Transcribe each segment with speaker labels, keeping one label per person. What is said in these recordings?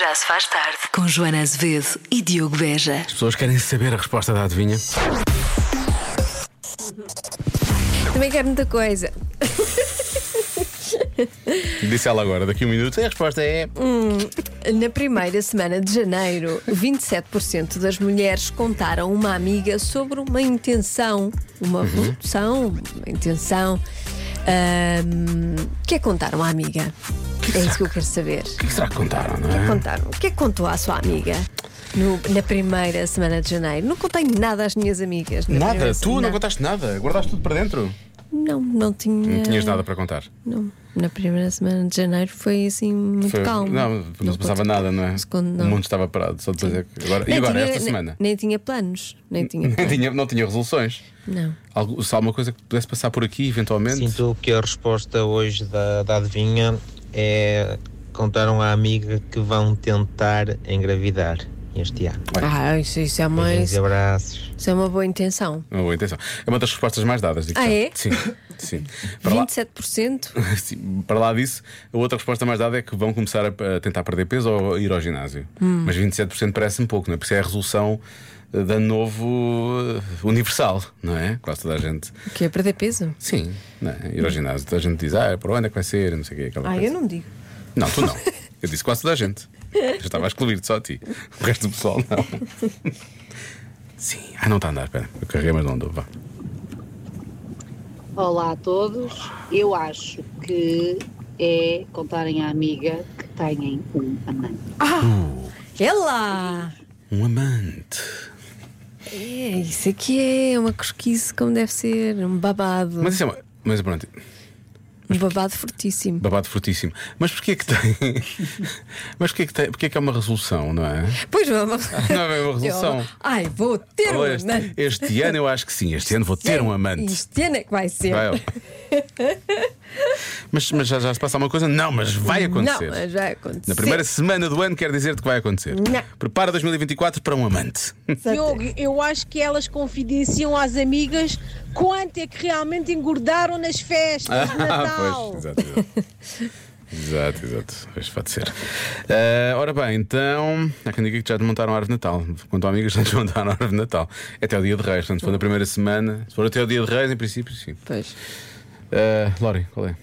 Speaker 1: Já se faz tarde com Joana Azevedo e Diogo Beja.
Speaker 2: As pessoas querem saber a resposta da adivinha.
Speaker 3: Também quero muita coisa.
Speaker 2: Disse ela agora, daqui a um minuto. E a resposta é.
Speaker 3: Na primeira semana de janeiro, 27% das mulheres contaram a uma amiga sobre uma intenção, uma
Speaker 2: Uhum.
Speaker 3: redução, uma intenção. Ahm, O que é que contaram à amiga? é isso que eu quero saber.
Speaker 2: O que é que será que contaram, não é?
Speaker 3: Contaram. O que é que contou à sua amiga no- na primeira semana de janeiro? Não contei nada às minhas amigas. na
Speaker 2: Nada,
Speaker 3: primeira
Speaker 2: tu não
Speaker 3: semana.
Speaker 2: contaste nada, guardaste tudo para dentro.
Speaker 3: Não, não tinha.
Speaker 2: Não tinhas nada para contar.
Speaker 3: Não, na primeira semana de janeiro foi assim muito
Speaker 2: Foi-
Speaker 3: calmo.
Speaker 2: Não, não se passava
Speaker 3: conto-
Speaker 2: nada, não é?
Speaker 3: segundo, não.
Speaker 2: O mundo estava parado, só depois é que. Agora, e
Speaker 3: Nem
Speaker 2: agora,
Speaker 3: tinha-
Speaker 2: esta
Speaker 3: nem-
Speaker 2: semana?
Speaker 3: Nem, tinha planos. Nem tinha
Speaker 2: Não
Speaker 3: planos.
Speaker 2: tinha, não tinha resoluções.
Speaker 3: Não.
Speaker 2: Algo, se há alguma coisa que pudesse passar por aqui, eventualmente.
Speaker 4: Sinto que a resposta hoje da, da adivinha é contaram à amiga que vão tentar engravidar este ano.
Speaker 3: Ah, isso, isso é uma,
Speaker 4: Beijinhos e
Speaker 3: isso,
Speaker 4: abraços.
Speaker 3: é uma boa intenção.
Speaker 2: Uma boa intenção. É uma das respostas mais dadas, digo
Speaker 3: Ah,
Speaker 2: já.
Speaker 3: é?
Speaker 2: Sim, sim. Para lá-
Speaker 3: 27%?
Speaker 2: Sim, para lá disso, a outra resposta mais dada é que vão começar a, a tentar perder peso ou ir ao ginásio. Mas 27% parece-me pouco, não é? Porque isso é a resolução eh, de ano novo eh, universal, não é? Quase toda a gente.
Speaker 3: Que é perder peso?
Speaker 2: Sim, não é? ir ao ginásio. Toda a gente diz, ah, para onde é que vai ser? Não sei o que, aquela
Speaker 3: Ah,
Speaker 2: coisa.
Speaker 3: eu não digo.
Speaker 2: Não, tu não. Eu disse quase toda a gente. Eu estava a excluir-te só a ti. O resto do pessoal não. Sim, ah, não está a andar, espera. Eu carreguei, mas não andou. Vá.
Speaker 5: Olá a todos. Eu acho que é contarem à amiga que têm um amante.
Speaker 3: É lá!
Speaker 2: Um amante.
Speaker 3: É, isso aqui é uma cosquice como deve ser. Um babado.
Speaker 2: Mas isso é uma. Mas pronto,
Speaker 3: um babado fortíssimo.
Speaker 2: Babado fortíssimo. Mas porquê que tem. Mas porquê que tem. Porquê que é uma resolução, não é?
Speaker 3: Pois vamos.
Speaker 2: Não é uma resolução.
Speaker 3: Ai, vou ter um
Speaker 2: Ou este,
Speaker 3: amante.
Speaker 2: este ano eu acho que sim, este ano vou ter um amante.
Speaker 3: Este ano é que vai ser.
Speaker 2: Vai, ó. mas mas já, já se passa alguma coisa? Não, mas vai acontecer.
Speaker 3: Não, mas vai acontecer.
Speaker 2: Na primeira semana do ano quer dizer-te que vai acontecer.
Speaker 3: Não.
Speaker 2: Prepara 2024 para um amante.
Speaker 6: Diogo, eu acho que elas confidenciam às amigas quanto é que realmente engordaram nas festas de Natal.
Speaker 2: pois, Ah, exato, exato. Exato, exato. Pois pode ser. Ah, ora bem, então. Há quem diga que já desmontaram a árvore de Natal. Quanto a amigas, já desmontaram a árvore de Natal. É Até o dia de Reis. Portanto, se for na primeira semana. Se for até o dia de Reis, em princípio, sim.
Speaker 3: Pois.
Speaker 2: Ah, Lori, qual é?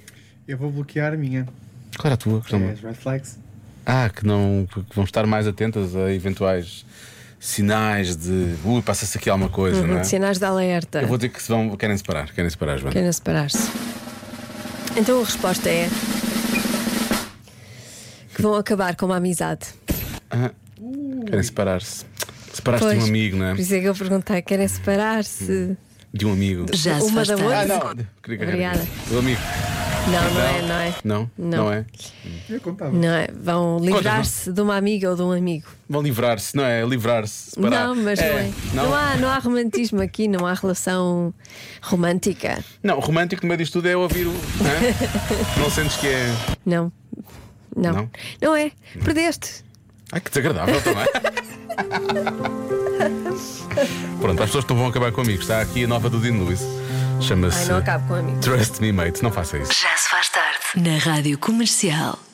Speaker 7: Eu vou bloquear a minha.
Speaker 2: Claro, a tua. que não-
Speaker 7: É as red flags.
Speaker 2: Ah, que, não, que vão estar mais atentas a eventuais sinais de. Ui, passa-se aqui alguma
Speaker 3: Uhum,
Speaker 2: coisa, não é?
Speaker 3: Sinais de alerta.
Speaker 2: Eu vou dizer que se vão, querem separar. Querem separar, Joana.
Speaker 3: Pena separar-se. Então a resposta é. que vão acabar com uma amizade.
Speaker 2: Querem separar-se. Separaste de um
Speaker 3: Pois.
Speaker 2: amigo, não é?
Speaker 3: Por isso é que eu perguntei: querem separar-se?
Speaker 2: De um amigo.
Speaker 1: Já se
Speaker 3: Uma
Speaker 1: faz
Speaker 3: da
Speaker 1: tarde.
Speaker 3: outra?
Speaker 2: Ah, não. Queria carregar
Speaker 3: Obrigada.
Speaker 2: aqui. Do amigo.
Speaker 3: Não, não é, não é.
Speaker 2: Não?
Speaker 3: Não.
Speaker 2: é?
Speaker 7: Eu contava.
Speaker 3: Não é. Vão livrar-se de uma amiga ou de um amigo.
Speaker 2: Vão livrar-se, não é? Livrar-se. separar.
Speaker 3: Não, mas
Speaker 2: É,
Speaker 3: não é. Não
Speaker 2: Não,
Speaker 3: há, não há romantismo aqui, não há relação romântica.
Speaker 2: Não, romântico no meio disto tudo é ouvir o. Não, é? Não sentes que é.
Speaker 3: Não. Não.
Speaker 2: Não?
Speaker 3: Não, é. Perdeste.
Speaker 2: Ai, que desagradável também. Pronto, as pessoas não vão acabar comigo. Está aqui a nova do Dean Lewis. Chama-se
Speaker 3: Ai, não acabo com amigos.
Speaker 2: Trust Me Mate. Não faça isso.
Speaker 1: Já se faz tarde na Rádio Comercial.